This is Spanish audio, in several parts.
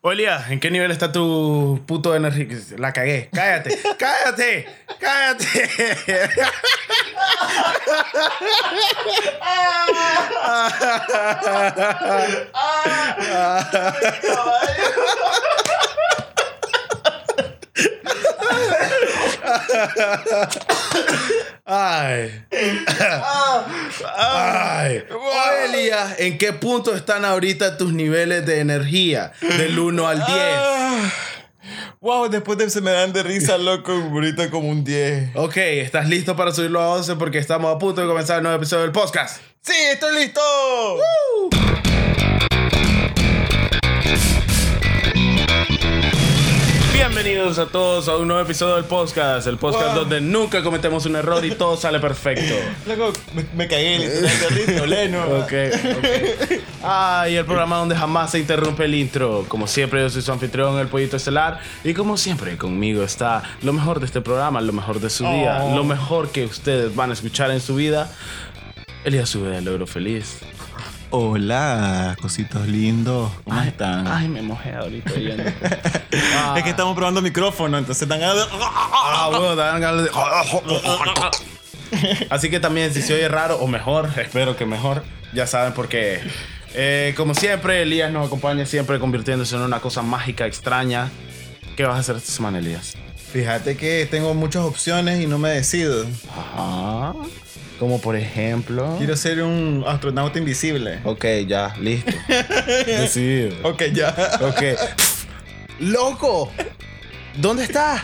Olía, ¿en qué nivel está tu puto energía? La cagué. Cállate, cállate, cállate. Ay. Ay. Oye, Elías, ¿en qué punto están ahorita tus niveles de energía? Del 1 al 10. Ah. Wow, después de se me dan de risa, loco, ahorita como un 10. Ok, ¿estás listo para subirlo a 11? Porque estamos a punto de comenzar el nuevo episodio del podcast. ¡Sí, estoy listo! Bienvenidos a todos a un nuevo episodio del podcast. El podcast Wow. donde nunca cometemos un error y todo sale perfecto. Loco, me, me cagué literal de risa, no le, no. Ok, ok. Ah, y el programa donde jamás se interrumpe el intro. Como siempre, yo soy su anfitrión, el Pollito Estelar. Y como siempre, conmigo está lo mejor de este programa, lo mejor de su día, Oh. lo mejor que ustedes van a escuchar en su vida. Elías sube del logro feliz. Hola, cositos lindos. ¿Cómo están? Ay, me mojé ahorita. yendo. Ah. Es que estamos probando micrófono, entonces están Ah, bueno, dan ganas de- Así que también, si se oye raro o mejor, espero que mejor, ya saben por qué. Eh, como siempre, Elías nos acompaña siempre convirtiéndose en una cosa mágica, extraña. ¿Qué vas a hacer esta semana, Elías? Fíjate que tengo muchas opciones y no me decido. Ajá. Como por ejemplo. Quiero ser un astronauta invisible. Ok, ya, listo. Decidido. Ok, ya. Ok. ¡Loco! ¿Dónde estás?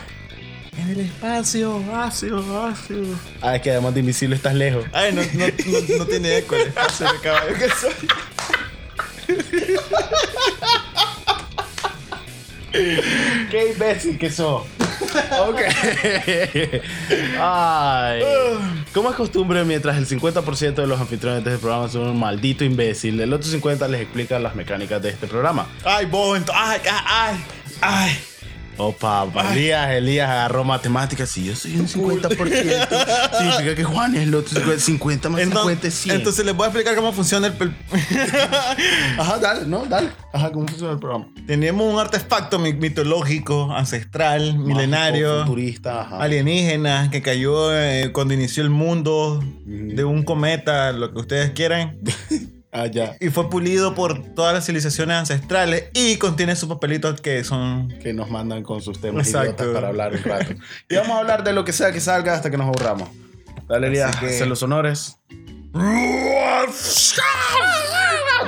En el espacio, ácido, ácido. Ah, es que además de invisible estás lejos. Ay, no, no, no, no tiene eco el espacio de caballo que soy. Qué imbécil que sos. Ok. Ay. Como es costumbre, mientras el 50% de los anfitriones de este programa son un maldito imbécil, el otro 50% les explica las mecánicas de este programa. Ay, vos, ento- ay, ay, ay, ay. Opa, Elías, Elías agarró matemáticas. Si yo soy un 50%, significa que Juan es el otro 50%, 50 más Entonces, 50 es 100. entonces les voy a explicar cómo funciona el... pel- ajá, dale, no, dale. Ajá, ¿cómo funciona el programa? Tenemos un artefacto mi- mitológico, ancestral, milenario, Turista, ajá. alienígena, que cayó eh, cuando inició el mundo de un cometa, lo que ustedes quieran. Ah, ya. Y fue pulido por todas las civilizaciones ancestrales y contiene sus papelitos que son... que nos mandan con sus temas Exacto. idiotas para hablar un rato. Y vamos a hablar de lo que sea que salga hasta que nos aburramos. Dale, Elías, Así que- hacer los honores.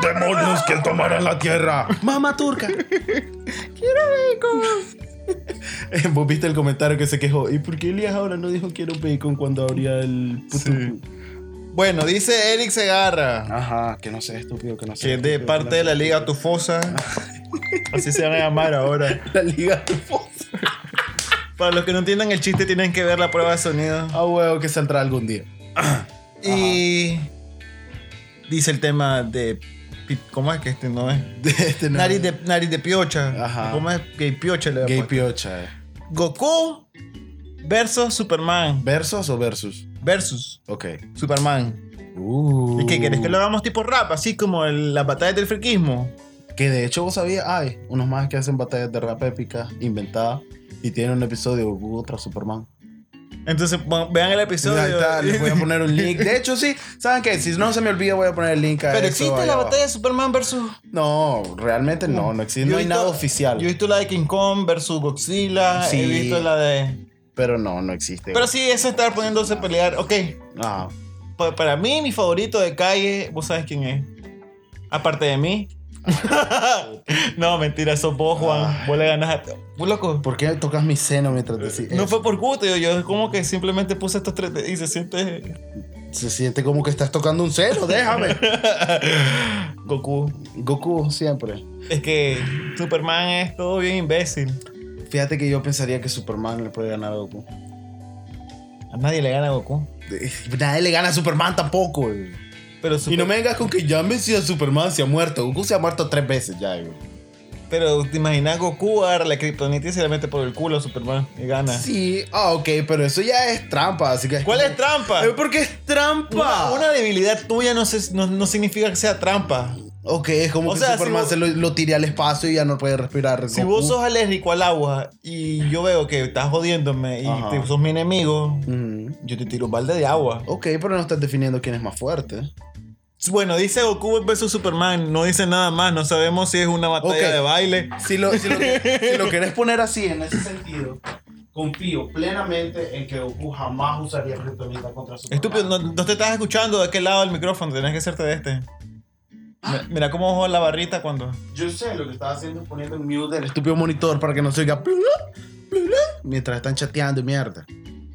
¡Demonios que tomarán la tierra! ¡Mamá turca! ¡Quiero bacon! Vos viste el comentario que se quejó. ¿Y por qué Elías ahora no dijo quiero bacon cuando abría el puto Sí. Bueno, dice Eric Segarra. Ajá, que no sea estúpido, que no sea que es de estúpido, parte de la Liga Tu Fosa. Así se van a llamar ahora. La liga de Fox. Para los que no entiendan el chiste, tienen que ver la prueba de sonido. Ah, huevo, que saldrá algún día. Y dice el tema de. pi- ¿Cómo es que este no es? De este no- Nariz de, nariz de piocha. Ajá. ¿Cómo es? Gay piocha le Gay Gay piocha. eh. Goku versus Superman. ¿Versos o versus? Versus Ok. Superman. Uh. ¿Y qué querés? Que lo hagamos tipo rap, así como el- las batallas del friquismo. Que de hecho vos sabías, hay unos más que hacen batallas de rap épica, inventada, y tienen un episodio Hugo contra Superman. Entonces, pon- vean el episodio. Ahí está, les voy a poner un link. De hecho, sí, ¿saben qué? Si no se me olvida, voy a poner el link a Pero eso existe ahí la abajo. batalla de Superman versus No, realmente no, no existe. Yo No he hay visto- nada oficial. Yo he visto la de King Kong versus Godzilla. Sí. He visto la de. Pero no, no existe. Pero sí, eso estar poniéndose a pelear. Ok, Ah, pa- para mí, mi favorito de calle, vos sabes quién es. Aparte de mí. no, mentira, sos vos, Juan. Ay. Vos le ganas a. Vos loco. ¿Por qué tocas mi seno mientras decís No eso? fue por gusto, yo, yo como que simplemente puse estos tres de- y se siente Se siente como que estás tocando un seno, déjame. Goku. Goku, siempre. Es que Superman es todo bien imbécil. Fíjate que yo pensaría que Superman le puede ganar a Goku. A nadie le gana a Goku. Eh, Nadie le gana a Superman tampoco. güey. Pero, Y no Super- me vengas con que ya me a Superman se ha muerto. Goku se ha muerto tres veces ya, güey. pero te imaginas Goku agarra la kriptonita y se la mete por el culo a Superman y gana. Sí, ah, ok, pero eso ya es trampa, así que. ¿Cuál es trampa? Eh, Porque es trampa. Una, una debilidad tuya no, se- no, no significa que sea trampa. Ok, es como O que sea, Superman si se lo, lo tire al espacio y ya no puede respirar. Si Goku. vos sos alérgico al agua y yo veo que estás jodiéndome y Ajá. te- sos mi enemigo, Ujú. yo te tiro un balde de agua. Ok, pero no estás definiendo quién es más fuerte. Bueno, dice Goku vs Superman, no dice nada más, no sabemos si es una batalla Ok. de baile. Si lo, si lo, Si lo querés poner así, en ese sentido, confío plenamente en que Goku jamás usaría Kryptonita contra Superman. Estúpido, no, no te estás escuchando de qué lado del micrófono, tenés que hacerte de este. Mi- Mira cómo ojo la barrita cuando. Yo sé, lo que estaba haciendo es poniendo en mute el del estúpido monitor para que no se oiga plulú, plulú, mientras están chateando y mierda.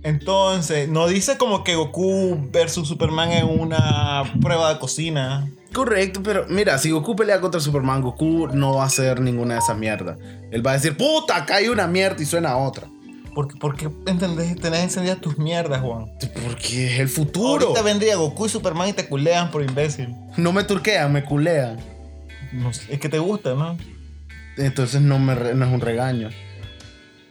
Entonces, no dice como que Goku versus Superman en una prueba de cocina. Correcto, pero mira, si Goku pelea contra Superman, Goku no va a hacer ninguna de esas mierdas. Él va a decir, puta, acá hay una mierda y suena a otra. ¿Por qué, por qué entendés, tenés encendidas tus mierdas, Juan? Porque es el futuro. Ahorita vendría Goku y Superman y te culean por imbécil. No me turquean, me culean. No sé, es que te gusta, ¿no? Entonces no, me re- no es un regaño.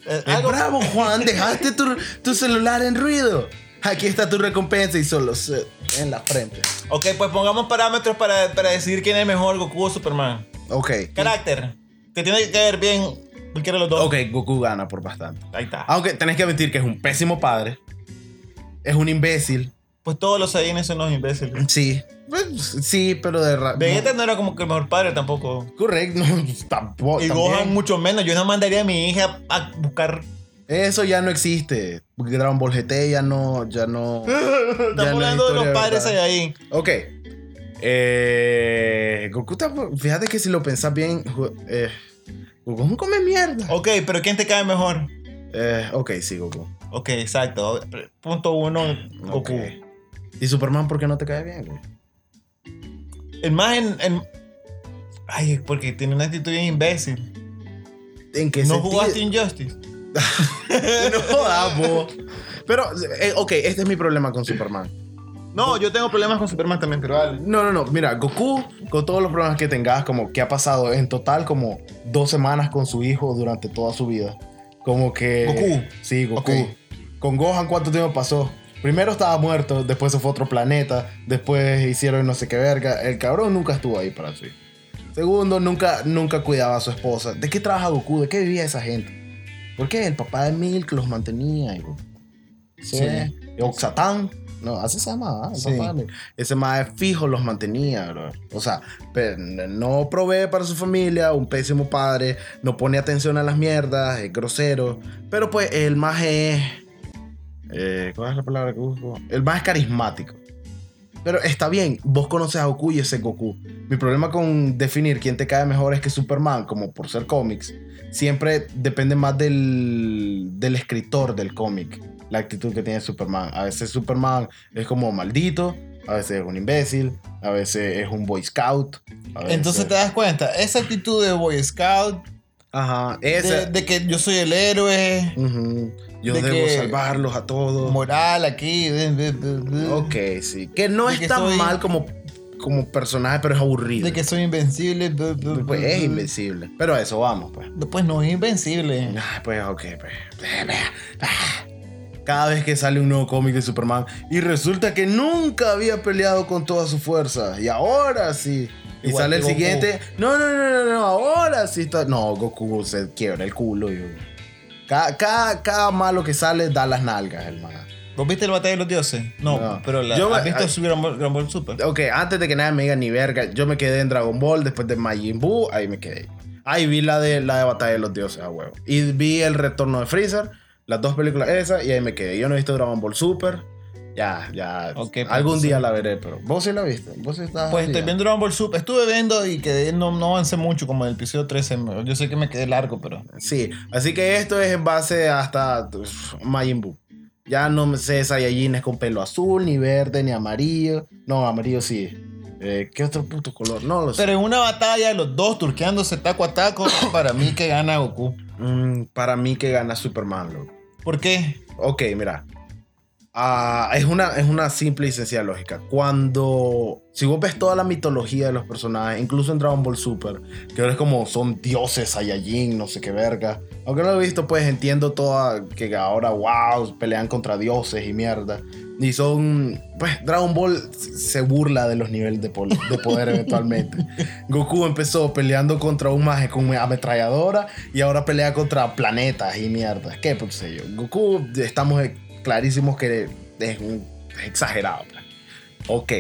Eh, Eh, bravo, Juan, dejaste tu, tu celular en ruido. Aquí está tu recompensa y solo se- en la frente. Ok, pues pongamos parámetros para, para decidir quién es mejor, Goku o Superman. Ok. Carácter. Te tiene que caer bien cualquiera de los dos. Ok, Ah. Goku gana por bastante. Ahí está. Aunque tenés que admitir que es un pésimo padre. Es un imbécil. Pues todos los Saiyans son unos imbéciles. Sí. Pues, Sí, pero de ra- Vegeta no era como que el mejor padre tampoco. no. Correcto, no, tampoco. y también. Gohan mucho menos. Yo no mandaría a mi hija a buscar... Eso ya no existe. Dragon Ball GT ya no. Ya no. Estamos no hay hablando de los historia, padres ¿verdad? Saiyajin. Ok. Eh, Goku tampoco. Fíjate que si lo pensás bien. ju- eh, Goku es un come mierda. Ok, pero ¿quién te cae mejor? Eh, ok, sí, Goku. Ok, exacto. Punto uno, Goku. Ok. ¿Y Superman por qué no te cae bien, güey? El más en... en- Ay, porque tiene una actitud bien imbécil. ¿En qué No sentido? jugaste Injustice. No jodas, bo. Pero, eh, ok, este es mi problema con Superman. No, yo tengo problemas con Superman también, pero dale. No, no, no. Mira, Goku, con todos los problemas que tengas, como que ha pasado en total como dos semanas con su hijo durante toda su vida. Como que. Eh, Goku. Sí, Goku. Ok. Con Gohan, ¿cuánto tiempo pasó? Primero estaba muerto, después se fue a otro planeta, después hicieron no sé qué verga. El cabrón nunca estuvo ahí para su hijo. Segundo, nunca, nunca cuidaba a su esposa. ¿De qué trabaja Goku? ¿De qué vivía esa gente? Porque el papá de Milk los mantenía. Y, sí. Sí. Oxatán. No, así se llamaba. ¿eh? el Sí. papá de Milk. Ese más fijo los mantenía, bro. O sea, pero no provee para su familia, un pésimo padre, no pone atención a las mierdas, es grosero. Pero pues el más es. eh, ¿Cuál es la palabra que busco? El más es carismático. Pero está bien, vos conoces a Goku y ese es Goku. Mi problema con definir quién te cae mejor es que Superman, como por ser cómics, siempre depende más del, del escritor del cómic, la actitud que tiene Superman. A veces Superman es como maldito, a veces es un imbécil, a veces es un Boy Scout. a veces- Entonces te das cuenta, esa actitud de Boy Scout, Ajá, de, ese. de que yo soy el héroe, Ujú. Yo de debo que- salvarlos a todos. moral aquí. de- de- de- de- Ok, sí. Que no De es que tan soy- mal como, como personaje, pero es aburrido. De que soy invencible. de- de- Pues de- es invencible. Pero a eso vamos, pues. Pues no es invencible. Ah, Pues ok, pues. Cada vez que sale un nuevo cómic de Superman y resulta que nunca había peleado con toda su fuerza. Y ahora sí. Y Igual sale que el Goku. siguiente. No, no, no, no, no. Ahora sí está. No, Goku se quiebra el culo. yo. Cada, cada, cada malo que sale da las nalgas, el man. ¿Vos viste el batalla de los dioses? No, No. pero la, Yo- ¿has visto ay- su Gran Ball, Gran Ball Super? Ok, antes de que nadie me diga ni verga, yo me quedé en Dragon Ball, después de Majin Buu, ahí me quedé. Ahí vi la de, la de Batalla de los Dioses, a huevo. Y vi El Retorno de Freezer, las dos películas esas, y ahí me quedé. Yo no he visto Dragon Ball Super, ya, ya. Ok, pues, algún sí. día la veré, pero vos sí la viste. Vos sí estás. Pues al estoy día. viendo Dragon Ball Super. Estuve viendo y quedé, no, no avancé mucho como en el episodio 13. me- Yo sé que me quedé largo, pero... Sí, así que esto es en base hasta uf, Majin Buu. Ya no me sé Saiyajines con pelo azul, ni verde, ni amarillo. No, amarillo sí. Eh, ¿Qué otro puto color? No lo sé. Pero en una batalla, los dos turqueándose taco a taco, para mí que gana Goku. Mm, para mí que gana Superman, loco. ¿Por qué? Ok, mira. Ah, es, una, es una simple y sencilla lógica. Cuando, si vos ves toda la mitología de los personajes, incluso en Dragon Ball Super, que ahora es como son dioses, Saiyajin, no sé qué verga. Aunque no lo he visto, pues entiendo toda que ahora, wow, pelean contra dioses y mierda. Y son. Pues Dragon Ball se burla de los niveles de, pol- de poder eventualmente. Goku empezó peleando contra un maje con una ametralladora y ahora pelea contra planetas y mierdas. ¿Qué pues, sé yo? Goku, estamos eh, clarísimos que es un es exagerado. pues. Ok.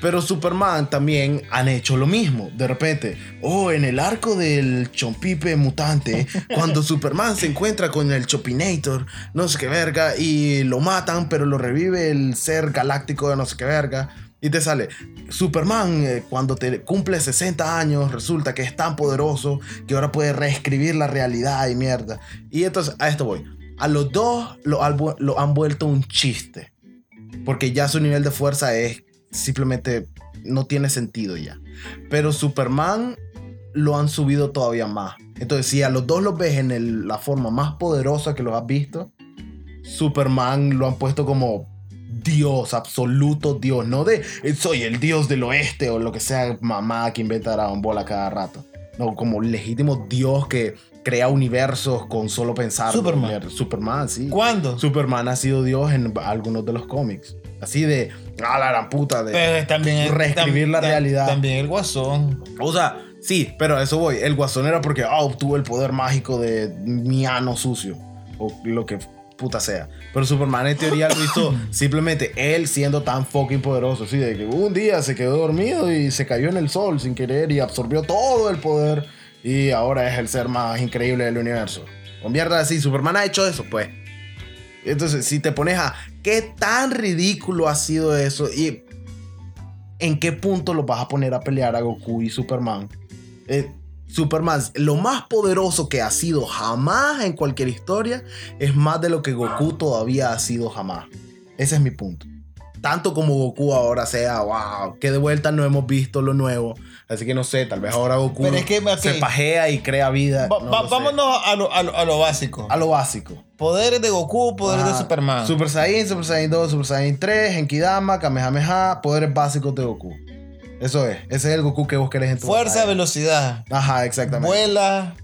Pero Superman también han hecho lo mismo. De repente, oh, en el arco del Chompipe mutante, cuando Superman se encuentra con el Chopinator, no sé qué verga, y lo matan, pero lo revive el ser galáctico de no sé qué verga. Y te sale, Superman eh, cuando te cumple 60 años resulta que es tan poderoso que ahora puede reescribir la realidad y mierda. Y entonces a esto voy. A los dos lo, han vu- lo han vuelto un chiste. Porque ya su nivel de fuerza es simplemente no tiene sentido ya. Pero Superman lo han subido todavía más. Entonces, si a los dos los ves en el- la forma más poderosa que los has visto, Superman lo han puesto como Dios, absoluto Dios. No de "Eh, soy el Dios del oeste o lo que sea mamá que inventa Dragon Ball a cada rato. No, como legítimo Dios que crea universos con solo pensar. Superman. Superman, sí. ¿Cuándo? Superman ha sido Dios en algunos de los cómics. Así de, a la gran puta. De, Pero también Reescribir la tam- tam- realidad. También el guasón. O sea, sí, pero a eso voy. El guasón era porque ah, obtuvo el poder mágico de mi ano sucio. O lo que puta sea. Pero Superman en teoría lo hizo simplemente él siendo tan fucking poderoso. Así de que un día se quedó dormido y se cayó en el sol sin querer y absorbió todo el poder. Y ahora es el ser más increíble del universo. Con mierda así, Superman ha hecho eso, pues. Entonces, si te pones a qué tan ridículo ha sido eso y en qué punto los vas a poner a pelear a Goku y Superman. Eh, Superman, lo más poderoso que ha sido jamás en cualquier historia, es más de lo que Goku todavía ha sido jamás. Ese es mi punto. Tanto como Goku ahora sea, wow, que de vuelta no hemos visto lo nuevo. Así que no sé, tal vez ahora Goku Pero es que, ok. se pajea y crea vida. Va- no va- lo sé. vámonos a lo, a lo- a lo básico. a lo básico. Poderes de Goku, poderes de Ajá. Superman. Super Saiyan, Super Saiyan 2, Super Saiyan 3, Genkidama, Kamehameha, poderes básicos de Goku. Eso es. Ese es el Goku que vos querés en tu Fuerza, batalla. velocidad. Ajá, exactamente. Vuela.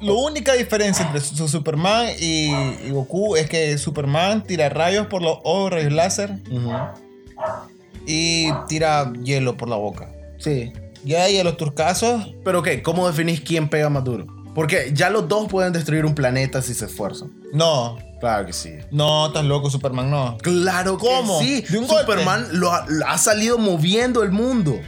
La única diferencia entre su- su Superman y, y Goku es que Superman tira rayos por los ojos, rayos láser, Ujú. y tira hielo por la boca. Sí. Ya, y a los turcasos, Pero ¿qué? ¿Cómo definís quién pega más duro? Porque ya los dos pueden destruir un planeta si se esfuerzan. no. Claro que sí. No, estás loco, Superman, no. Claro ¿Cómo? que sí. ¿De un golpe? Superman lo ha, lo ha salido moviendo el mundo.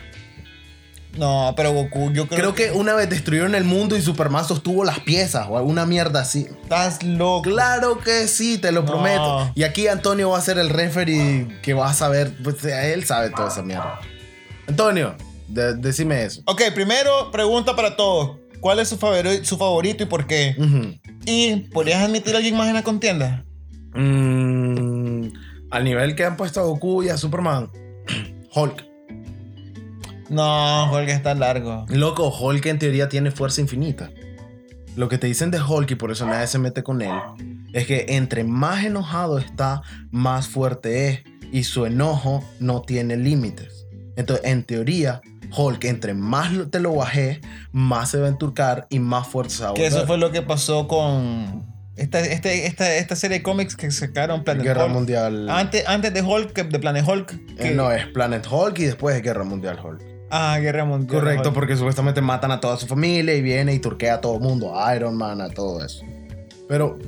No, pero Goku, yo creo, Creo que una vez destruyeron el mundo y Superman sostuvo las piezas o alguna mierda así. estás loco. Claro que sí, te lo No. prometo. Y aquí Antonio va a ser el referee que va a saber, pues a él sabe toda esa mierda. Antonio, de- decime eso. Ok, primero, pregunta para todos. ¿Cuál es su, favori- su favorito y por qué? Ujú. ¿Y podrías admitir a alguien más en la contienda? Mm, al nivel que han puesto a Goku y a Superman, Hulk. No, Jorge está largo. Loco, Hulk en teoría tiene fuerza infinita. Lo que te dicen de Hulk y por eso nadie se mete con él es que entre más enojado está, más fuerte es y su enojo no tiene límites. Entonces, en teoría, Hulk entre más lo- te lo bajé, más se va a enturcar y más fuerza se va a Que eso volver. fue lo que pasó con esta, este- esta, esta serie de cómics que sacaron Planet Guerra Hulk. Mundial. Antes, antes de Hulk, que- de Planet Hulk. Eh, que- no, es Planet Hulk y después es Guerra Mundial Hulk. Ah, Guerra Mundial. Correcto, Hulk. porque supuestamente matan a toda su familia y viene y turquea a todo el mundo, a Iron Man, a todo eso. Pero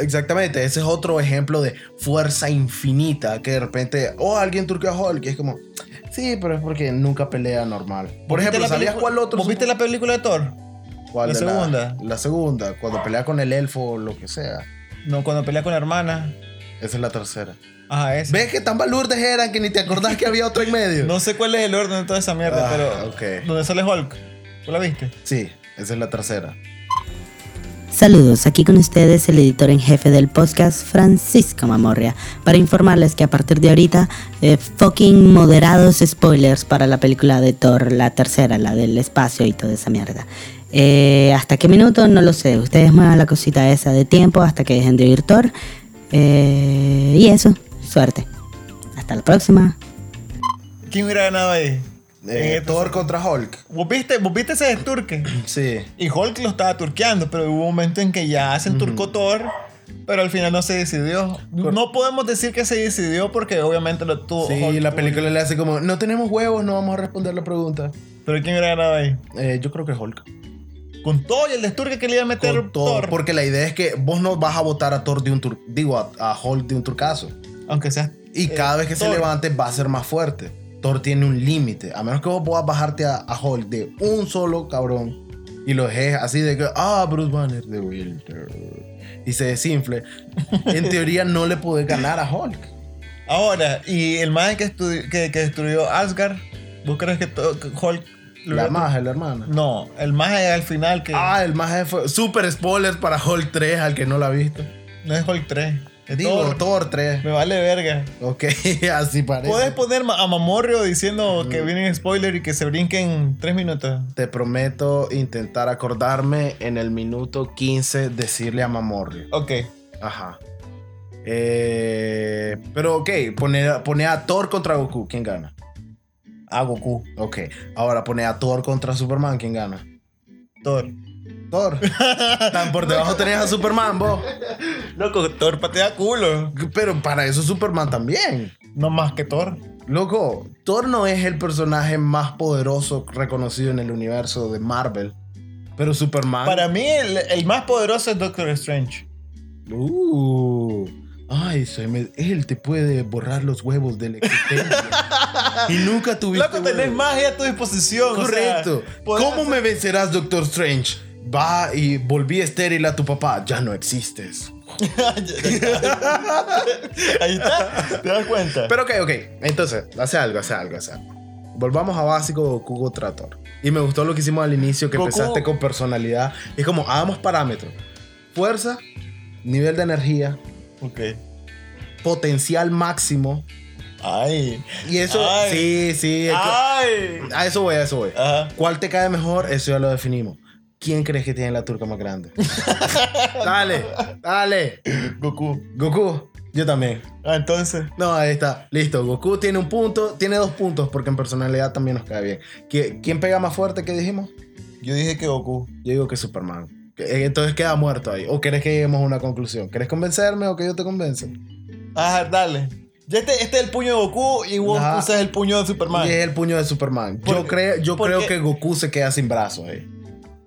exactamente, ese es otro ejemplo de fuerza infinita que de repente, oh, alguien turquea a Hulk, y es como, sí, pero es porque nunca pelea normal. Por ¿Vos viste ejemplo, la ¿sabías pelicu- cuál otro? ¿Vos viste la película de Thor? ¿Cuál la de segunda? La segunda, cuando pelea con el elfo o lo que sea. No, cuando pelea con la hermana. Esa es la tercera. Ajá, esa. ¿Ves que tan balurdes eran que ni te acordás que había otro en medio? No sé cuál es el orden de toda esa mierda, Ah, pero. ok. ¿Dónde sale Hulk? ¿Tú la viste? Sí, esa es la tercera. Saludos, aquí con ustedes el editor en jefe del podcast, Francisco Mamorria, para informarles que a partir de ahorita, eh, fucking moderados spoilers para la película de Thor, la tercera, la del espacio y toda esa mierda. Eh, ¿Hasta qué minuto? No lo sé. Ustedes muevan la cosita esa de tiempo hasta que dejen de oír Thor. Eh, y eso, suerte. Hasta la próxima. ¿Quién hubiera ganado ahí? Eh, En esta- Thor contra Hulk. ¿Vos viste, vos viste ese desturque? Sí. Y Hulk lo estaba turqueando, pero hubo un momento en que ya se enturcó Thor Pero al final no se decidió. No podemos decir que se decidió porque obviamente lo tuvo. Sí, Hulk. la película le hace como, no tenemos huevos, no vamos a responder la pregunta. Pero ¿quién hubiera ganado ahí? Eh, yo creo que Hulk. Con todo y el desturque que le iba a meter Con todo, Thor. Porque la idea es que vos no vas a votar a Thor de un tur digo, a, a Hulk de un turcazo. Aunque sea. Y cada vez que se Eh, Thor. levante va a ser más fuerte. Thor tiene un límite. A menos que vos puedas bajarte a, a Hulk de un solo cabrón y lo dejes así de que, ah, Bruce Banner de Winter. Y se desinfle. En teoría no le podés ganar a Hulk. Ahora, y el maje que, estu- que, que destruyó Asgard, ¿vos crees que to- que Hulk. lo La hubiera- magia, la hermana. No, el maje al final que. Ah, el maje fue. Super spoilers para Hulk 3 al que no la ha visto. No es Hulk 3. Es Digo, Thor. Thor, 3. Me vale verga. Ok, así parece. Puedes poner ma- a Mamorrio diciendo que vienen spoiler y que se brinquen tres minutos. Te prometo intentar acordarme en el minuto 15 decirle a Mamorrio. Ok. Ajá. Eh, pero ok, pone, pone a Thor contra Goku. ¿Quién gana? A Goku. Ok. Ahora pone a Thor contra Superman. ¿Quién gana? Thor. Thor. Tan por debajo tenés a Superman, vos. Loco, Thor patea culo. Pero para eso Superman también. No más que Thor. Loco, Thor no es el personaje más poderoso reconocido en el universo de Marvel. Pero Superman. Para mí, el, el más poderoso es Doctor Strange. Uh, ay, se me- él te puede borrar los huevos de la existencia. y nunca tuviste. Loco, tenés huevos. magia a tu disposición. o sea, Correcto. podés ¿Cómo me vencerás, Doctor Strange? Va y volví estéril a tu papá. Ya no existes. Ahí está, te das cuenta. Pero ok, ok. Entonces, hace algo, hace algo, hace algo. Volvamos a básico Goku contra Thor. Y me gustó lo que hicimos al inicio, que Goku- empezaste con personalidad. Es como, hagamos parámetros. Fuerza, nivel de energía, ok. potencial máximo. Ay. Y eso... Ay. Sí, sí. es que- Ay. A eso voy, a eso voy. Ajá. ¿Cuál te cae mejor? Eso ya lo definimos. ¿Quién crees que tiene la turca más grande? dale, dale. Goku. Goku, yo también. Ah, entonces. No, ahí está. Listo. Goku tiene un punto, tiene dos puntos porque en personalidad también nos cae bien. ¿Qui- ¿Quién pega más fuerte que dijimos? Yo dije que Goku. Yo digo que Superman. Eh, Entonces queda muerto ahí. ¿O querés que lleguemos a una conclusión? ¿Querés convencerme o que yo te convenza? Ajá, dale. Ya este, este es el puño de Goku y vos Ajá. usas el puño de Superman. Y es el puño de Superman. Yo, Porque- creo, yo creo porque- que Goku se queda sin brazos eh. ahí.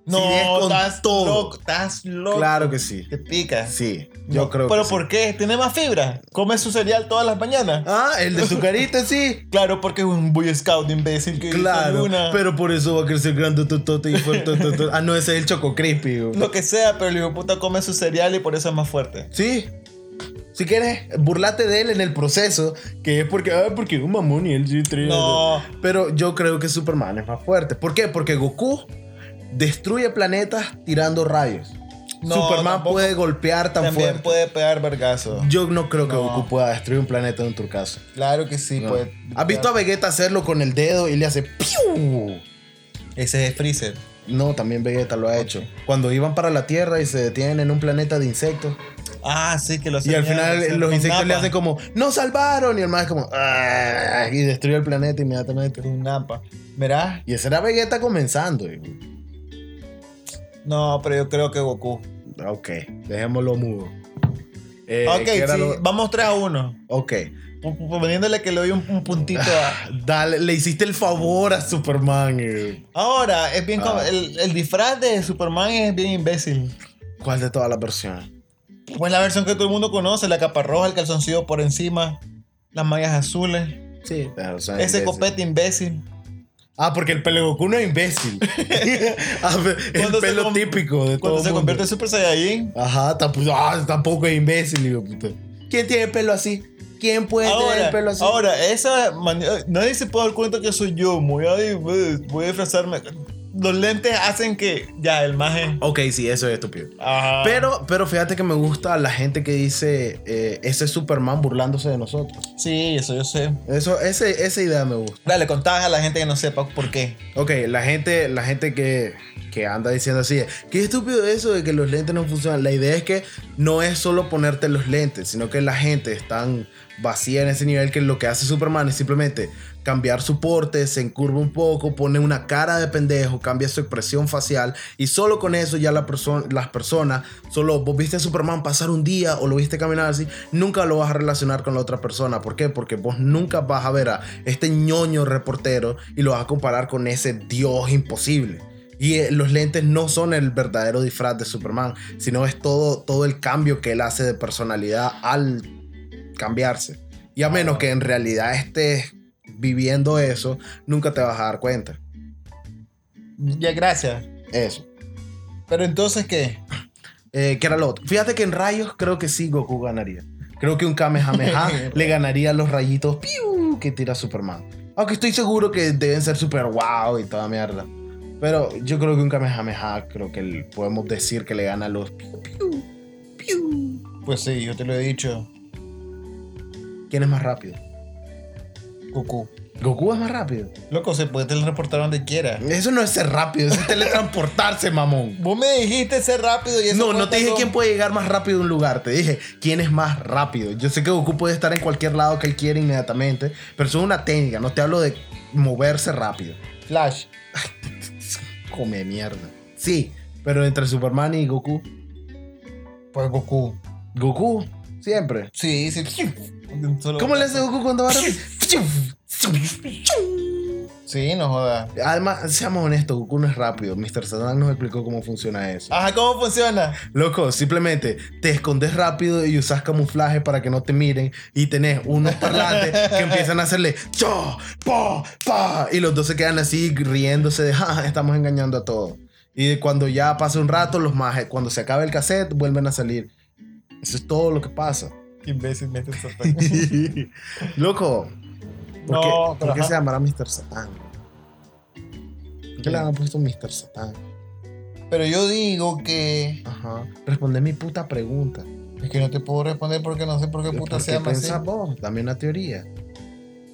Sí, es No, con estás todo. loco. Estás loco. Claro que sí. Te pica. Sí, yo No, creo ¿Pero que sí. por qué? ¿Tiene más fibra? ¿Come su cereal todas las mañanas? Ah, el de su carita, sí. Claro, porque es un Boy Scout imbécil que Claro, una, pero por eso va a crecer grande totote y fuerte. totote. Ah, no, ese es el Choco Crispy. güey. lo que sea, pero el hijo de puta come su cereal y por eso es más fuerte. Sí. Si quieres, burlate de él en el proceso, que es porque, ah, porque es un mamón y él sí trae- No, Pero yo creo que Superman es más fuerte. ¿Por qué? Porque Goku destruye planetas tirando rayos. No, Superman tampoco. puede golpear tan también fuerte. puede pegar vergazo. Yo no creo que No. Goku pueda destruir un planeta de un turcazo. Claro que sí, No. puede. ¿Has visto a Vegeta hacerlo con el dedo y le hace ¡piu! Ese es Freezer. No, también Vegeta lo ha hecho. Cuando iban para la Tierra y se detienen en un planeta de insectos. Ah, sí, que lo Y al señala, final se- los con insectos le Nappa. hacen como, ¡No salvaron! Y el más como, "Ah", Y destruye el planeta inmediatamente. Un napa. Mirá, Y ese era Vegeta comenzando. y- no, pero yo creo que Goku. ok, dejémoslo mudo. Eh, ok, ¿qué era sí, lo- vamos 3 a 1. Ok, Poniéndole que le doy un, un puntito a. dale, le hiciste el favor a Superman. eh. Ahora, es bien. com- Ah. El, el disfraz de Superman es bien imbécil. ¿Cuál de todas las versiones? Pues la versión que todo el mundo conoce: la capa roja, el calzoncillo por encima, las mallas azules, Sí. ese copete imbécil. Ah, porque el pelo de Goku no es imbécil. Ah, pero el Cuando se pelo con- típico de todo Cuando se mundo. convierte en Super Saiyajin. Ajá, tampoco, ah, tampoco es imbécil, hijo de puta. ¿Quién tiene pelo así? ¿Quién puede tener Ahora, el pelo así? ahora, esa. mani- Nadie se puede dar cuenta que soy yo. Voy a, voy a disfrazarme. Los lentes hacen que. Ya, el maje. Ok, sí, eso es estúpido. Ajá. Pero, pero fíjate que me gusta la gente que dice eh, ese es Superman burlándose de nosotros. Sí, eso yo sé. Eso, ese, esa idea me gusta. Dale, contás a la gente que no sepa por qué. Ok, la gente, la gente que, que anda diciendo así, qué estúpido eso de que los lentes no funcionan. La idea es que no es solo ponerte los lentes, sino que la gente es tan vacía en ese nivel que lo que hace Superman es simplemente cambiar su porte, se encurva un poco, pone una cara de pendejo, cambia su expresión facial y solo con eso ya la persona las personas, solo vos viste a Superman pasar un día o lo viste caminar así, nunca lo vas a relacionar con la otra persona. ¿Por qué? Porque vos nunca vas a ver a este ñoño reportero y lo vas a comparar con ese dios imposible. Y eh, los lentes no son el verdadero disfraz de Superman, sino es todo, todo el cambio que él hace de personalidad al cambiarse. Y a menos que en realidad estés viviendo eso, nunca te vas a dar cuenta. Ya, gracias. Eso. Pero entonces, ¿qué? Eh, ¿Qué era lo otro? Fíjate que en rayos creo que sí Goku ganaría. Creo que un Kamehameha le ganaría los rayitos ¡piu! que tira Superman. Aunque estoy seguro que deben ser super wow y toda mierda. Pero yo creo que un Kamehameha creo que le- podemos decir que le gana los... ¡piu! Pues sí, yo te lo he dicho. ¿Quién es más rápido? Cucú. Goku es más rápido. Loco, se puede teleportar donde quiera. Eso no es ser rápido, eso es teletransportarse, mamón. Vos me dijiste ser rápido y eso No, fue no te dije cuando- quién puede llegar más rápido a un lugar, te dije quién es más rápido. Yo sé que Goku puede estar en cualquier lado que él quiera inmediatamente, pero eso es una técnica, no te hablo de moverse rápido. Flash. Come mierda. Sí, pero entre Superman y Goku, Pues Goku. Goku, siempre. Sí, sí. Solo- ¿Cómo le hace Goku cuando va rápido? Sí, no joda. Además, seamos honestos, Goku no es rápido. Mr. Satan nos explicó cómo funciona eso. Ajá, ¿cómo funciona? Loco, simplemente te escondes rápido y usas camuflaje para que no te miren y tenés unos parlantes que empiezan a hacerle cho, po, pa y los dos se quedan así riéndose de "Ja, ja, estamos engañando a todos. Y cuando ya pasa un rato, los majes, cuando se acaba el cassette, vuelven a salir. Eso es todo lo que pasa. Qué imbécil me estás Loco, ¿por, No, qué, pero por qué ajá. se llamará Mr. Satan? ¿Por qué le han puesto Mr. Satan? Pero yo digo que. Ajá. Responde mi puta pregunta. Es que no te puedo responder porque no sé por qué ¿Por puta qué se llama así. pensás vos? Dame una teoría.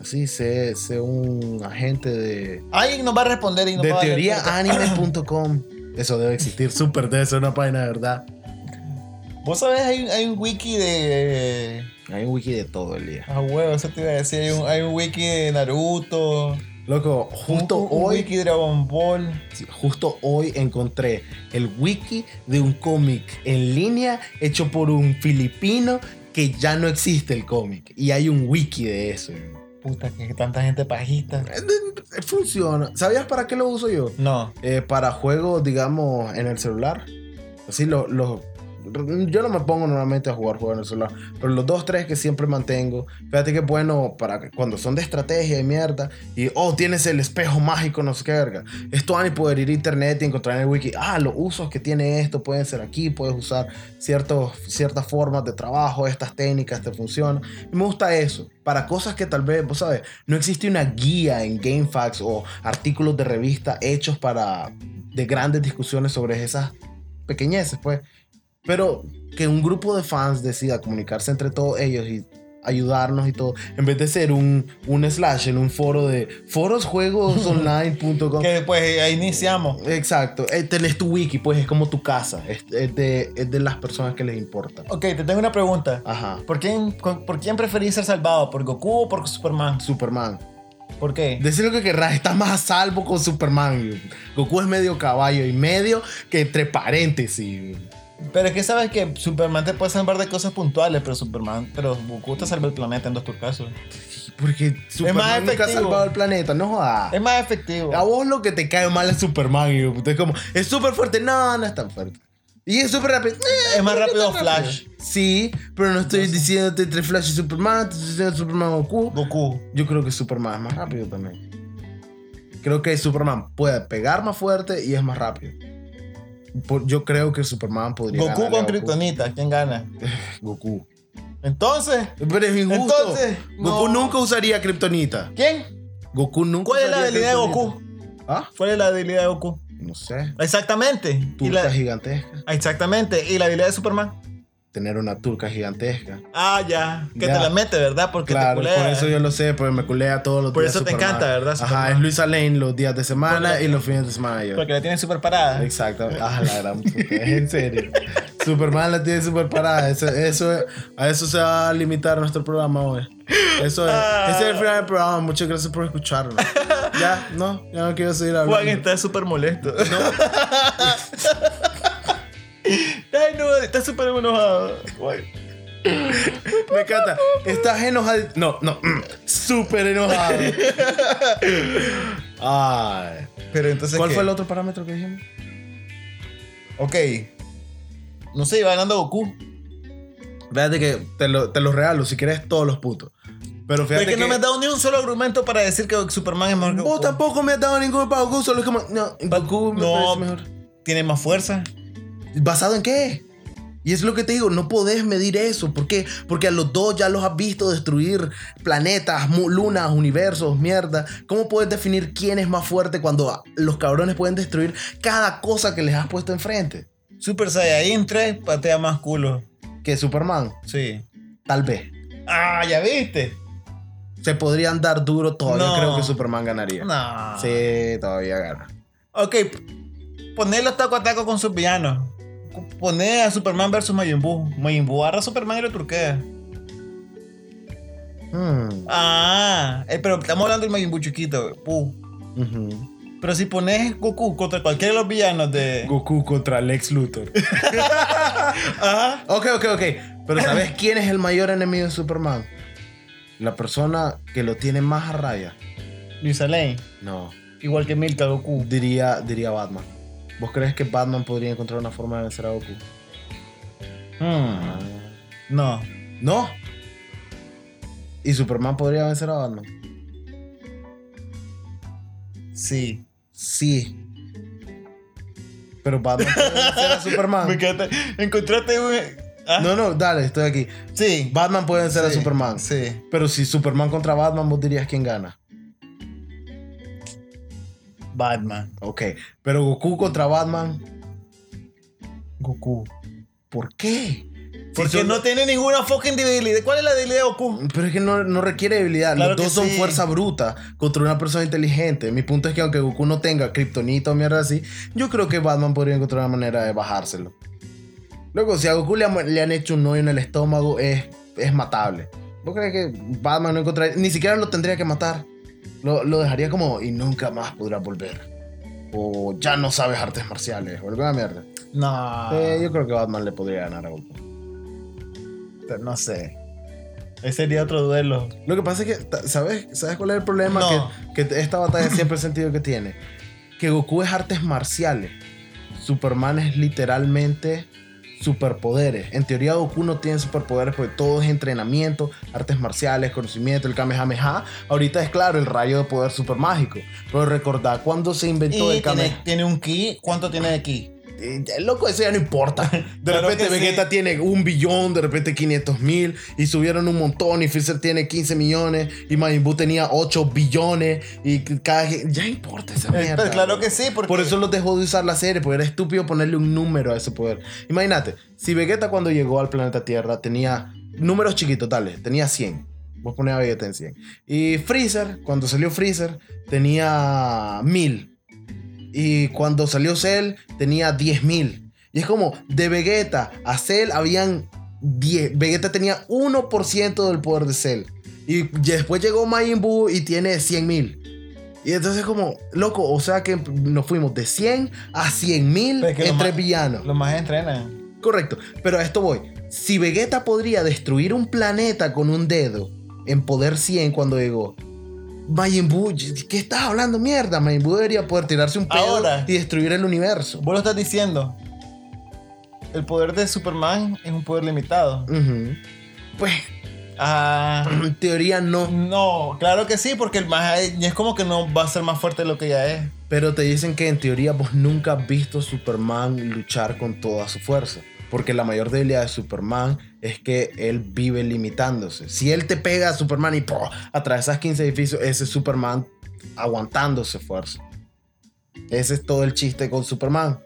Así, sé, sé un agente de, Alguien nos va a responder y nos de va a dar teoríaanime.com. Eso debe existir, súper, debe ser una página de verdad. ah. Vos sabés, hay, hay un wiki de. Hay un wiki de todo el día. Ah, huevo, eso te iba a decir. Hay un, hay un wiki de Naruto. Loco, justo un, un hoy, wiki de Dragon Ball. sí, justo hoy encontré el wiki de un cómic en línea hecho por un filipino que ya no existe el cómic. Y hay un wiki de eso. Eh, Puta, que tanta gente pajita. Funciona. ¿Sabías para qué lo uso yo? No. eh, para juegos, digamos, en el celular. Así los... yo no me pongo normalmente a jugar juegos en el celular, pero los dos, tres que siempre mantengo, fíjate que es bueno para que- cuando son de estrategia y mierda, y oh, tienes el espejo mágico, no sé qué verga. Esto, Ani, poder ir a internet y encontrar en el wiki, ah, los usos que tiene esto pueden ser aquí, puedes usar ciertos, ciertas formas de trabajo, estas técnicas te funcionan. Y me gusta eso, para cosas que tal vez, vos sabes, no existe una guía en GameFAQs o artículos de revista hechos para de grandes discusiones sobre esas pequeñeces, pues. Pero que un grupo de fans decida comunicarse entre todos ellos y ayudarnos y todo, en vez de ser un, un slash en un foro de forosjuegosonline.com. Que después ahí iniciamos. Exacto, eh, tenés tu wiki, pues es como tu casa, es, es de, es de las personas que les importa. Ok, te tengo una pregunta. Ajá, ¿Por quién, con- ¿Por quién preferís ser salvado? ¿Por Goku o por Superman? Superman. ¿Por qué? Decir lo que querrás, estás más a salvo con Superman. güey. Goku es medio caballo y medio que entre paréntesis. güey. Pero es que sabes que Superman te puede salvar de cosas puntuales, pero Superman, pero Goku te salva el planeta en dos casos. Porque más Superman nunca ha efectivo. salvado el planeta, no jodas. Es más efectivo. A vos lo que te cae mal es Superman. güey. Usted es como, es súper fuerte. No, no es tan fuerte. Y es súper rápido. Eh, Es más ¿por qué rápido tan Flash. Sí, pero no estoy diciéndote entre Flash y Superman, te estoy diciendo Superman Goku. Goku. Yo creo que Superman es más rápido también. Creo que Superman puede pegar más fuerte y es más rápido. Por- yo creo que Superman podría Goku ganarle a con Kryptonita, ¿quién gana? Goku. Entonces, Pero es injusto. Entonces, Goku no. nunca usaría Kryptonita. ¿quién? Goku nunca ¿Cuál es la usaría debilidad de kriptonita. Goku? ¿Ah? ¿Cuál es la debilidad de Goku? No sé. Exactamente. Y Turca la- gigantesca. exactamente. ¿Y la habilidad de Superman? Tener una turca gigantesca. Ah, ya. Que Ya. te la mete, ¿verdad? Porque Claro, te por culea. eh. eso yo lo sé, porque me culea todos los Por días. eso te Superman. encanta, ¿verdad, Ajá, Superman? es Luis Lane los días de semana Porque- y los fines de semana. yo. Porque la tienen super parada. Exacto. Ah, la gran puta. Es en serio. Superman la tiene super parada. Eso, eso- a eso se va a limitar nuestro programa hoy. Eso es. Ah. Ese es el final del programa. Muchas gracias por escucharlo. Ya, no, ya no quiero seguir Juan este hablando. está súper molesto. Ay, no, está súper enojado. Juan. Me encanta. Estás enojado. No, no. mm, Súper enojado. Ay. Pero entonces. ¿Cuál ¿qué? fue el otro parámetro que dijimos? Ok. No sé, iba ganando Goku. Fíjate que te lo, te lo regalo, si quieres todos los putos. Pero Pero fíjate es que, no me has dado ni un solo argumento para decir que Superman es mejor que Vos Goku. tampoco me has dado ningún para Goku, solo es como. No, Goku me no. parece mejor. Tiene más fuerza. ¿Basado en qué? Y es lo que te digo, no podés medir eso. ¿Por qué? Porque a los dos ya los has visto destruir planetas, mu- lunas, universos, mierda. ¿Cómo puedes definir quién es más fuerte cuando a- los cabrones pueden destruir cada cosa que les has puesto enfrente? Super Saiyajin 3 patea más culo. Que Superman, Sí. tal vez. Ah, ya viste. Se podrían dar duro todavía. No. Creo que Superman ganaría. No. Sí, todavía gana. Ok, p- poner los taco a taco con sus villanos. C- Poner a Superman versus Majin Buu. Majin Buu agarra a Superman y lo turquea. Hmm, Ah, eh, pero estamos hablando del Majin Buu chiquito. Buu. ujú. Pero si pones Goku contra cualquiera de los villanos de... Goku contra Lex Luthor. Ajá. Ok, ok, ok. Pero ¿sabes quién es el mayor enemigo de Superman? La persona que lo tiene más a raya. Luis Alain. No. Igual que Milka Goku. Diría, diría Batman. ¿Vos crees que Batman podría encontrar una forma de vencer a Goku? Hmm, No. No. ¿Y Superman podría vencer a Batman? Sí. Sí. Pero Batman puede vencer a Me Superman. encanta. Encontraste un... Ah, Ah. No, no, dale, estoy aquí. Sí. Batman puede vencer a Sí, Superman. Sí. Pero si Superman contra Batman, vos dirías quién gana. Batman. Ok. Pero Goku contra Batman, Goku. ¿por qué? Porque son- no tiene ninguna fucking debilidad. ¿Cuál es la debilidad de Goku? Pero es que no, no requiere debilidad. Claro Los que dos son sí. fuerza bruta contra una persona inteligente. Mi punto es que aunque Goku no tenga kriptonita o mierda así, yo creo que Batman podría encontrar una manera de bajárselo. Luego, si a Goku le, han- le han hecho un hoyo en el estómago, es, es matable. ¿Vos crees que Batman no encontraría... Ni siquiera lo tendría que matar. Lo, lo dejaría como... Y nunca más podrá volver. O ya no sabes artes marciales. O alguna mierda. No. Eh, yo creo que Batman le podría ganar a Goku. Pero No sé. Ese sería otro duelo. Lo que pasa es que, ta- ¿sabes, ¿sabes cuál es el problema? No. Que, que esta batalla siempre el sentido que tiene. Que Goku es artes marciales. Superman es literalmente superpoderes. En teoría Goku no tiene superpoderes porque todo es entrenamiento, artes marciales, conocimiento, el Kamehameha. Ahorita es claro el rayo de poder super mágico. Pero recordad cuando se inventó Y el tiene, Kamehameha. tiene un ki. ¿Cuánto tiene de ki? Eh, Loco, eso ya no importa. De Claro repente que sí. Vegeta tiene un billón, de repente 500 mil, y subieron un montón, y Freezer tiene 15 millones, y Majin Buu tenía 8 billones, y cada... Ya importa esa Eh, mierda. Pero claro bro. que sí, porque Por eso los dejó de usar la serie, porque era estúpido ponerle un número a ese poder. Imagínate, si Vegeta cuando llegó al planeta Tierra tenía números chiquitos, dale, tenía 100. Vos ponés a Vegeta en 100. Y Freezer, cuando salió Freezer, tenía 1000. Y cuando salió Cell, tenía 10000. Y es como, de Vegeta a Cell habían 10. Vegeta tenía 1% del poder de Cell. Y después llegó Majin Buu y tiene 100 mil. Y entonces como, loco, o sea que nos fuimos de 100 a 100 mil Pero es que lo entre más- villanos. los más entrenan. Correcto, pero a esto voy. Si Vegeta podría destruir un planeta con un dedo en poder 100 cuando llegó, Majin Buu, ¿qué estás hablando mierda? Majin Buu debería poder tirarse un pedo Ahora. y destruir el universo. Vos lo estás diciendo. El poder de Superman es un poder limitado. Ujú. Pues, Ah. en teoría no. No, claro que sí, porque el más es como que no va a ser más fuerte de lo que ya es. Pero te dicen que en teoría vos nunca has visto a Superman luchar con toda su fuerza. Porque la mayor debilidad de Superman es que él vive limitándose. Si él te pega a Superman y ¡pum! atravesas 15 edificios, ese es Superman aguantándose fuerza. Ese es todo el chiste con Superman.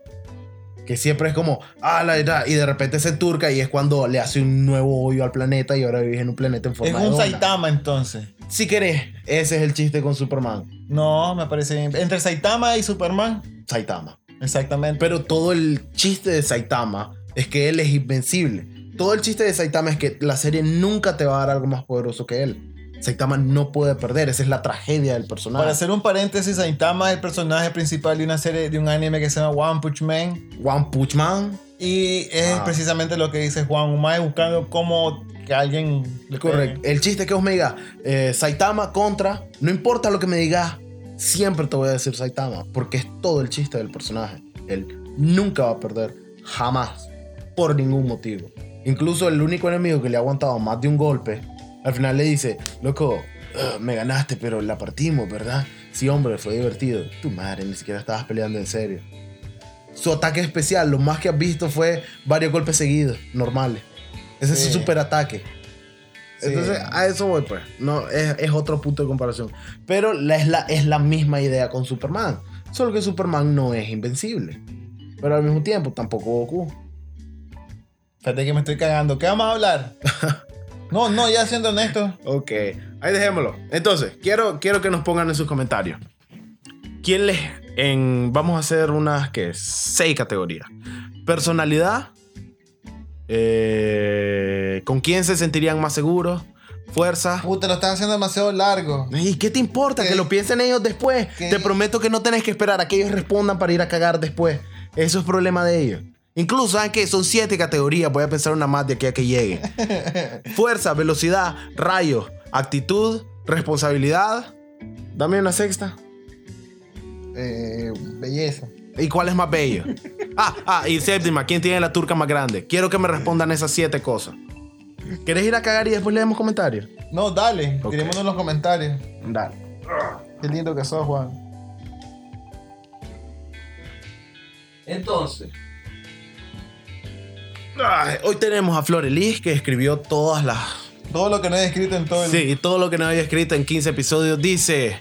Que siempre es como, ah, la verdad", y de repente se turca y es cuando le hace un nuevo hoyo al planeta y ahora vives en un planeta en forma es de un onda. Saitama entonces. Si querés, ese es el chiste con Superman. No, me parece bien. Entre Saitama y Superman. Saitama. Exactamente. Pero todo el chiste de Saitama es que él es invencible. Todo el chiste de Saitama es que la serie nunca te va a dar algo más poderoso que él. Saitama no puede perder, esa es la tragedia del personaje. Para hacer un paréntesis, Saitama es el personaje principal de una serie, de un anime que se llama One Punch Man. One Punch Man, Y es Ah. precisamente lo que dice Juan Umay, buscando cómo que alguien le pegue. correcto. El chiste es que vos me digas eh, Saitama contra, no importa lo que me digas, siempre te voy a decir Saitama, porque es todo el chiste del personaje. Él nunca va a perder, jamás, por ningún motivo. Incluso el único enemigo que le ha aguantado más de un golpe, al final le dice, loco, eh, me ganaste, pero la partimos, ¿verdad? Sí, hombre, fue divertido. Tu madre, ni siquiera estabas peleando en serio. Su ataque especial, lo más que has visto fue varios golpes seguidos, normales. Ese es Sí. su super ataque. Sí. Entonces, a eso voy, pues. No, es, es otro punto de comparación. Pero la, es, la, es la misma idea con Superman. Solo que Superman no es invencible. Pero al mismo tiempo, tampoco Goku. Fíjate que me estoy cagando. ¿Qué vamos a hablar? no, no, ya siendo honesto. Ok, ahí dejémoslo. Entonces, quiero, quiero que nos pongan en sus comentarios. ¿Quién les... En, vamos a hacer unas, ¿qué? Seis categorías. Personalidad. eh, ¿Con quién se sentirían más seguros? Fuerza. Puta, lo estás haciendo demasiado largo. ¿Y qué te importa? ¿Qué? Que lo piensen ellos después. ¿Qué? Te prometo que no tenés que esperar a que ellos respondan para ir a cagar después. Eso es problema de ellos. Incluso, ¿saben que Son siete categorías. Voy a pensar una más de aquí a que llegue. Fuerza, velocidad, rayos, actitud, responsabilidad. Dame una sexta. Eh, belleza. ¿Y cuál es más bello? Ah, ah, y séptima, ¿quién tiene la turca más grande? Quiero que me respondan esas siete cosas. ¿Querés ir a cagar y después leemos comentarios? No, dale, Ok. tirémonos en los comentarios. Dale. Qué lindo que sos, Juan. Entonces, Ay, Hoy tenemos a Florelis que escribió todas las Todo lo que no he escrito en todo el. Sí, y todo lo que nos había escrito en 15 episodios dice.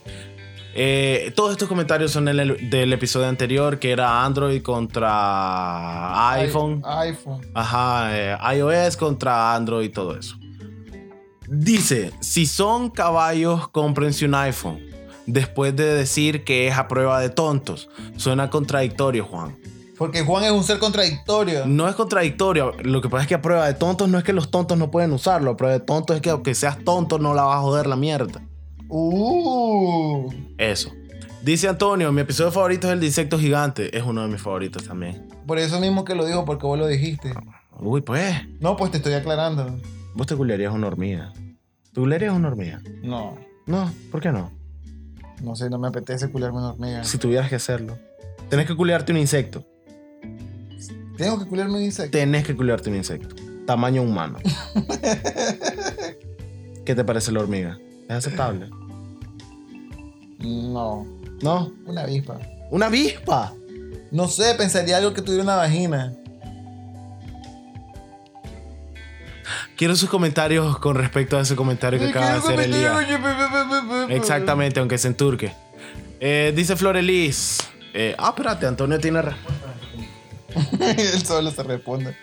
eh, todos estos comentarios son del, del episodio anterior, que era Android contra i- iPhone. iPhone. Ajá, eh, iOS contra Android y todo eso. Dice, si son caballos, cómprense un iPhone. Después de decir que es a prueba de tontos. Suena contradictorio, Juan. Porque Juan es un ser contradictorio. No es contradictorio. Lo que pasa es que a prueba de tontos no es que los tontos no pueden usarlo. A prueba de tontos es que aunque seas tonto no la vas a joder la mierda. Uh. Eso. Dice Antonio, mi episodio favorito es el de insecto gigante. Es uno de mis favoritos también. Por eso mismo que lo dijo, porque vos lo dijiste. Uy, pues. No, pues te estoy aclarando. Vos te culearías una hormiga. ¿Tú culearías una hormiga? No, No, ¿por qué no? no sé, no me apetece culiarme una hormiga. Si tuvieras que hacerlo. Tenés que culearte un insecto. Tengo que culiarme un insecto. Tenés que culearte un insecto. Tamaño humano. ¿Qué te parece la hormiga? ¿Es aceptable? No, ¿No? una avispa. ¡Una avispa! No sé, pensaría algo que tuviera una vagina. Quiero sus comentarios con respecto a ese comentario que Ay, acaba de quiero hacer cometer- Elías. pues. Exactamente, aunque sea en turque. Eh, dice Florelis. eh, ah, espérate, Antonio tiene respuesta. Él solo se responde.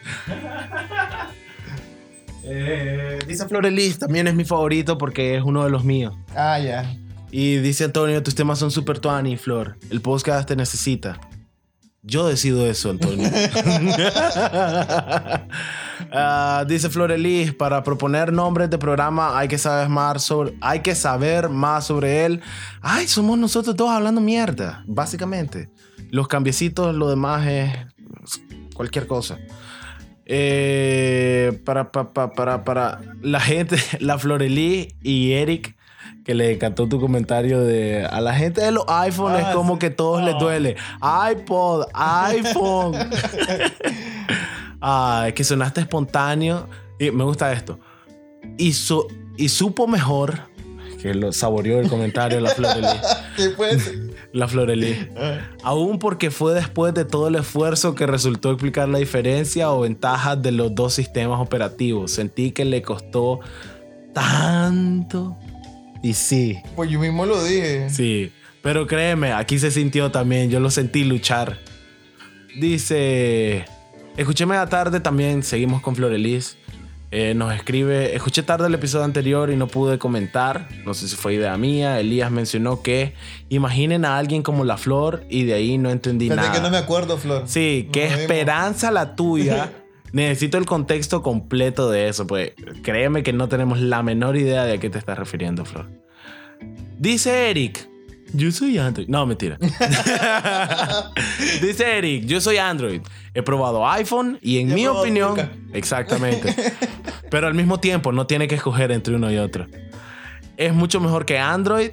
Eh, Dice Florelis, también es mi favorito porque es uno de los míos. Ah, ya. Y dice Antonio, tus temas son super tuani, Flor. El podcast te necesita. Yo decido eso, Antonio. Ah, dice Florelis, para proponer nombres de programa hay que saber más sobre, hay que saber más sobre él. Ay, somos nosotros todos hablando mierda, básicamente. Los cambiecitos, lo demás es cualquier cosa. Eh, para, pa- pa- para, para la gente, la Florelí y Eric, que le encantó tu comentario de a la gente de los iPhone Ah, es como sí. que todos les No. duele. iPod, iPhone. Ah, que sonaste espontáneo. Y me gusta esto. Y, su- y supo mejor. Que lo saboreó el comentario de la Florelí. ¿Qué pues? La Florelí. Aún porque fue después de todo el esfuerzo que resultó explicar la diferencia o ventajas de los dos sistemas operativos. Sentí que le costó tanto. Y sí, Pues yo mismo lo dije. sí. Pero créeme, aquí se sintió también. Yo lo sentí luchar. Dice. Escuché media tarde también. Seguimos con Florelis. Eh, nos escribe. Escuché tarde el episodio anterior y no pude comentar. No sé si fue idea mía. Elías mencionó que imaginen a alguien como la flor y de ahí no entendí Fíjate nada. que no me acuerdo, Flor. Sí, No qué lo vimos. esperanza la tuya Necesito el contexto completo de eso, pues créeme que no tenemos la menor idea de a qué te estás refiriendo, Flor. Dice Eric, yo soy Android. No, mentira. Dice Eric, yo soy Android. He probado iPhone y en Ya he mi probado opinión, nunca. exactamente. Pero al mismo tiempo no tiene que escoger entre uno y otro. Es mucho mejor que Android.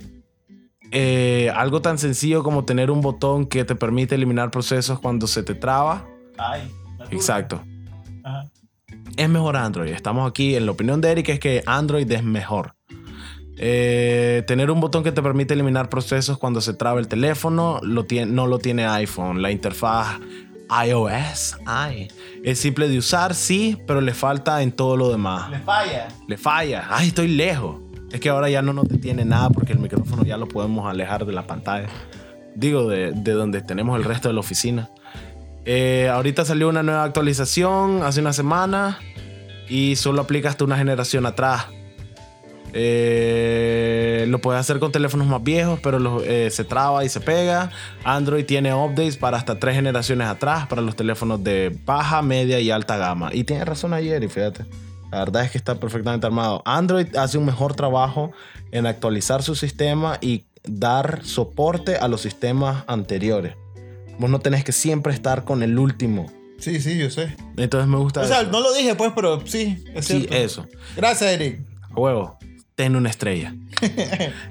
Eh, algo tan sencillo como tener un botón que te permite eliminar procesos cuando se te traba. Ay, la tuve. Exacto. Ajá. Es mejor Android. Estamos aquí en la opinión de Eric es que Android es mejor. Eh, tener un botón que te permite eliminar procesos cuando se traba el teléfono lo tie- no lo tiene iPhone. La interfaz iOS ay, es simple de usar, sí, pero le falta en todo lo demás. Le falla. Le falla. Ay, estoy lejos. Es que ahora ya no nos detiene nada porque el micrófono ya lo podemos alejar de la pantalla. Digo, de, de donde tenemos el resto de la oficina. Eh, ahorita salió una nueva actualización hace una semana y solo aplica hasta una generación atrás. Eh, lo puedes hacer con teléfonos más viejos, pero los- eh, se traba y se pega. Android tiene updates para hasta tres generaciones atrás para los teléfonos de baja, media y alta gama. Y tiene razón ayer, y fíjate. La verdad es que está perfectamente armado. Android hace un mejor trabajo en actualizar su sistema y dar soporte a los sistemas anteriores. Vos no tenés que siempre estar con el último. Sí, sí, yo sé. Entonces me gusta O sea, eso. no lo dije pues, pero sí, es sí, eh. cierto. eso. Gracias, Eric. A huevo, ten una estrella.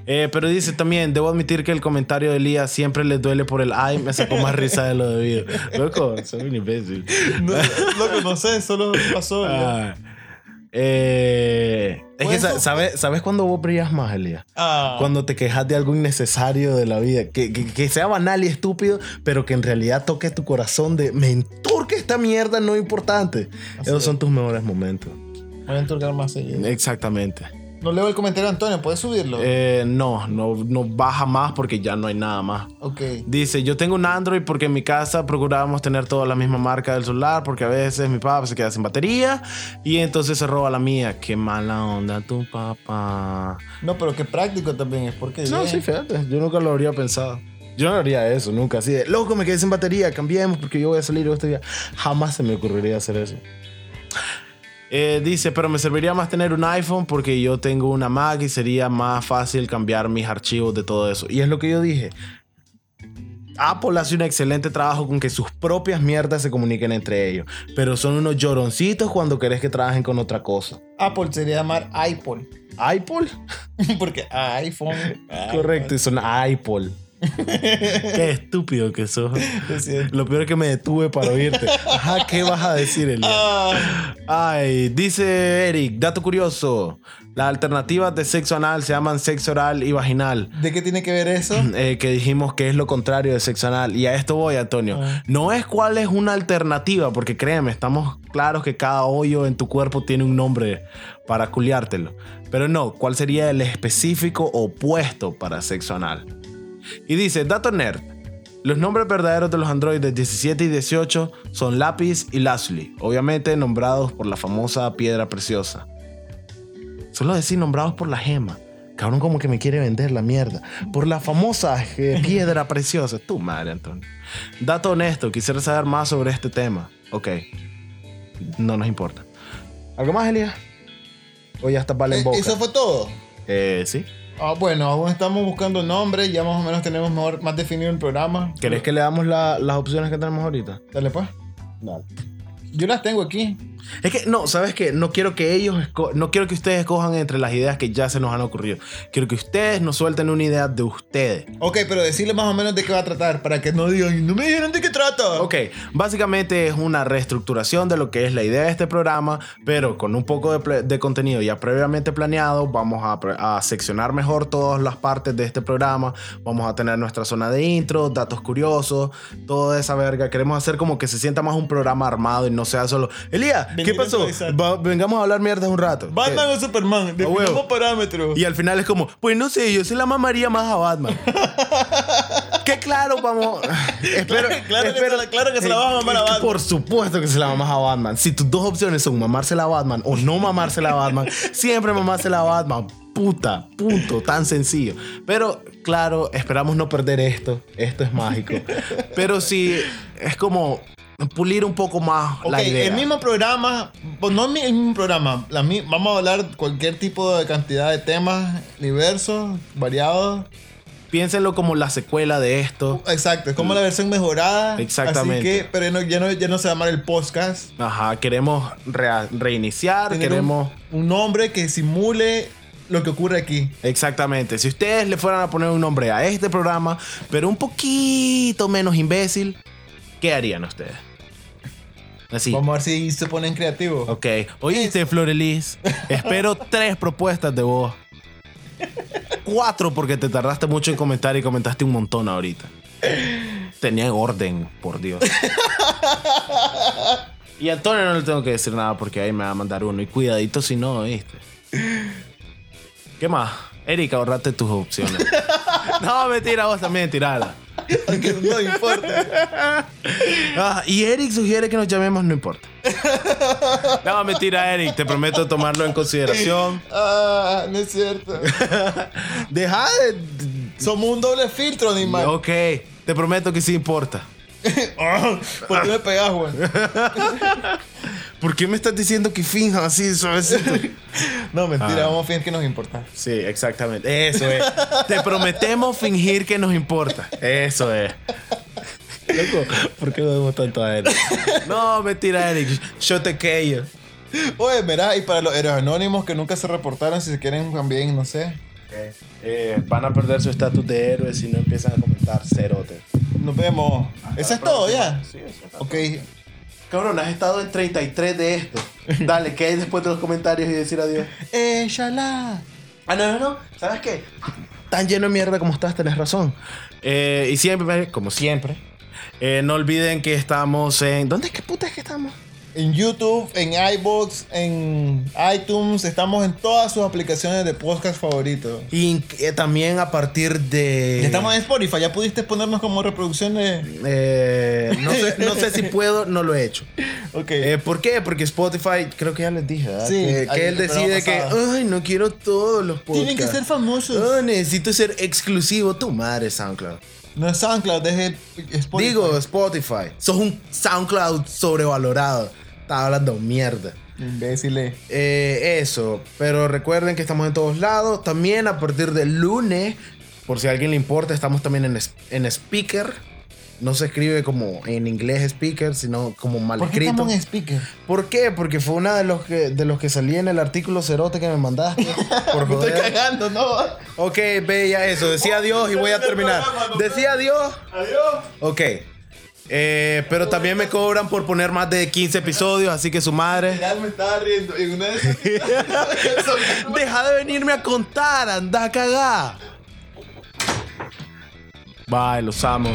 Eh, pero dice también, debo admitir que el comentario de Elías siempre les duele por el ay, me sacó más risa de lo debido. Loco, soy un imbécil. No, loco, no sé, solo pasó. ya. Ah. Eh, es que Pues, sa- no. sabes, ¿sabes cuándo vos brillas más, Elías? Ah. Cuando te quejas de algo innecesario de la vida, que, que- que sea banal y estúpido, pero que en realidad toque tu corazón de me enturca esta mierda no importante. Así Esos es. son tus mejores momentos. Voy a enturgar más seguido. Exactamente. No leo el comentario, Antonio, ¿puedes subirlo? Eh, no, no, no baja más porque ya no hay nada más. ok. Dice, yo tengo un Android porque en mi casa procurábamos tener toda la misma marca del celular porque a veces mi papá se queda sin batería y entonces se roba la mía. Qué mala onda tu papá. No, pero qué práctico también es, porque... No, bien. sí, fíjate, yo nunca lo habría pensado. Yo no haría eso, nunca así de, loco, me quedé sin batería, cambiemos porque yo voy a salir este día. Jamás se me ocurriría hacer eso. Eh, dice, pero me serviría más tener un iPhone porque yo tengo una Mac y sería más fácil cambiar mis archivos de todo eso. Y es lo que yo dije. Apple hace un excelente trabajo con que sus propias mierdas se comuniquen entre ellos, pero son unos lloroncitos cuando querés que trabajen con otra cosa. Apple sería llamar iPod. ¿Apple? Porque iPhone. Correcto, y son Apple. Qué estúpido que sos. Lo siento. Lo peor es que me detuve para oírte. Ajá, ¿qué vas a decir, Elías? Ah, Ay, dice Eric, dato curioso. Las alternativas de sexo anal se llaman sexo oral y vaginal. ¿De qué tiene que ver eso? eh, que dijimos que es lo contrario de sexo anal. Y a esto voy, Antonio. Ah. No es cuál es una alternativa, porque créeme, estamos claros que cada hoyo en tu cuerpo tiene un nombre para culiártelo. Pero no, ¿cuál sería el específico opuesto para sexo anal? Y dice, dato nerd. Los nombres verdaderos de los androides 17 y 18 son Lapis y Lazuli, obviamente nombrados por la famosa piedra preciosa. Solo decir nombrados por la gema. Cabrón, como que me quiere vender la mierda. Por la famosa eh, piedra preciosa. Tu madre, Antonio. Dato honesto, quisiera saber más sobre este tema. Ok. No nos importa. ¿Algo más, Elías? O ya está para Eh, en boca. Eso fue todo. Eh, sí. Ah, bueno, aún estamos buscando nombre, ya más o menos tenemos mejor, más definido el programa. ¿Querés que le damos la- las opciones que tenemos ahorita? Dale pues. Yo las tengo aquí. Es que, no, ¿sabes qué? No quiero que ellos, esco- no quiero que ustedes escojan entre las ideas que ya se nos han ocurrido. Quiero que ustedes nos suelten una idea de ustedes. Ok, pero decirle más o menos de qué va a tratar, para que no digan, "Y no me dijeron de qué trata. Ok, básicamente es una reestructuración de lo que es la idea de este programa, pero con un poco de, pl- de contenido ya previamente planeado, vamos a, pre- a seccionar mejor todas las partes de este programa, vamos a tener nuestra zona de intro, datos curiosos, toda esa verga, queremos hacer como que se sienta más un programa armado y no sea solo, Elías, ¿qué Venir a pasó? improvisar". Va- vengamos a hablar mierdas un rato. Eh, Batman ¿Qué? o Superman, A huevo. definamos parámetros. Y al final es como, pues no sé, yo se la mamaría más a Batman. que claro, vamos. espero, claro que se la- claro que se la vas a mamar a Eh, Batman. Por supuesto que se la mamas a Batman. Si tus dos opciones son mamársela a Batman o no mamársela a Batman, siempre mamársela a Batman. Puta, punto, tan sencillo. Pero claro, esperamos no perder esto. Esto es mágico. Pero si es como, pulir un poco más Ok, la idea. el mismo programa, pues, no el mi- el mismo programa, la mi- vamos a hablar cualquier tipo de cantidad de temas diversos, variados. Piénsenlo como la secuela de esto. Exacto, es como la versión mejorada. Exactamente. Así que, pero ya no, ya no, ya no se va a llamar el podcast. Ajá, queremos rea- reiniciar, Tener un- queremos... un, nombre que simule lo que ocurre aquí. Exactamente. Si ustedes le fueran a poner un nombre a este programa, pero un poquito menos imbécil, ¿qué harían ustedes? Así. Vamos a ver si se ponen creativos. Ok. Oíste, Florelis. Espero tres propuestas de vos. Cuatro porque te tardaste mucho en comentar y comentaste un montón ahorita. Tenía orden, por Dios. Y a Antonio no le tengo que decir nada porque ahí me va a mandar uno. Y cuidadito si no, ¿viste? ¿Qué más? Erika, ahorrate tus opciones. No, mentira, vos también, tirala. Aunque no importa. Ah, y Eric sugiere que nos llamemos, no importa. No, mentira, Eric, te prometo tomarlo en consideración. Ah, no es cierto. Deja Somos un doble filtro, de. animal. Ok, te prometo que sí importa. Ah, ¿Por qué me pegas, Juan? ¿Por qué me estás diciendo que finja así suavecito? No, mentira, Ah. vamos a fingir que nos importa. Sí, exactamente. Eso es. Te prometemos fingir que nos importa. Eso es. Loco, ¿por qué lo vemos tanto a Eric? No, mentira, Eric. Yo te callo. Oye, verás, y para los héroes anónimos que nunca se reportaron, si se quieren también, no sé. Eh, van a perder su estatus de héroe si no empiezan a comentar cerote. Nos vemos. Ah, Eso es todo, ya. Sí, eso es. Ok. Cabrón, has estado en 33 de esto. Dale, ¿qué hay después de los comentarios y decir adiós? Eh, shalá. Ah, no, no, no. ¿Sabes qué? Tan lleno de mierda como estás, tenés razón. Eh, y siempre, como siempre, eh, no olviden que estamos en... ¿Dónde es que puta es que estamos? En YouTube, en iBox, en iTunes, estamos en todas sus aplicaciones de podcast favoritos. Y eh, también a partir de... Ya estamos en Spotify, ya pudiste ponernos como reproducción de. Eh, no, sé, no sé si puedo, no lo he hecho. Ok. Eh, ¿Por qué? Porque Spotify, creo que ya les dije, ¿verdad? Sí, que, ahí que él en el programa decide que, pasado. ay, no quiero todos los podcasts. Tienen que ser famosos. Ah, necesito ser exclusivo. Tu madre, SoundCloud. No es SoundCloud, es el- Spotify. Digo, Spotify. Sos un SoundCloud sobrevalorado. Estaba hablando mierda. imbéciles. Eh, eso, pero recuerden que estamos en todos lados. También a partir del lunes, por si a alguien le importa, estamos también en, es- en speaker. No se escribe como en inglés speaker, sino como mal ¿Por qué escrito. estamos en speaker? ¿Por qué? Porque fue una de los que de los que salí en el artículo cerote que me mandaste. Por Me estoy joder. cagando, no. Ok, bella eso. Decía adiós y voy a terminar. Decía adiós. Adiós. Ok. Eh, pero también me cobran por poner más de 15 episodios, así que su madre. Ya me estaba riendo. Y una de esas- Deja de venirme a contar, anda a cagar. Bye, los amo.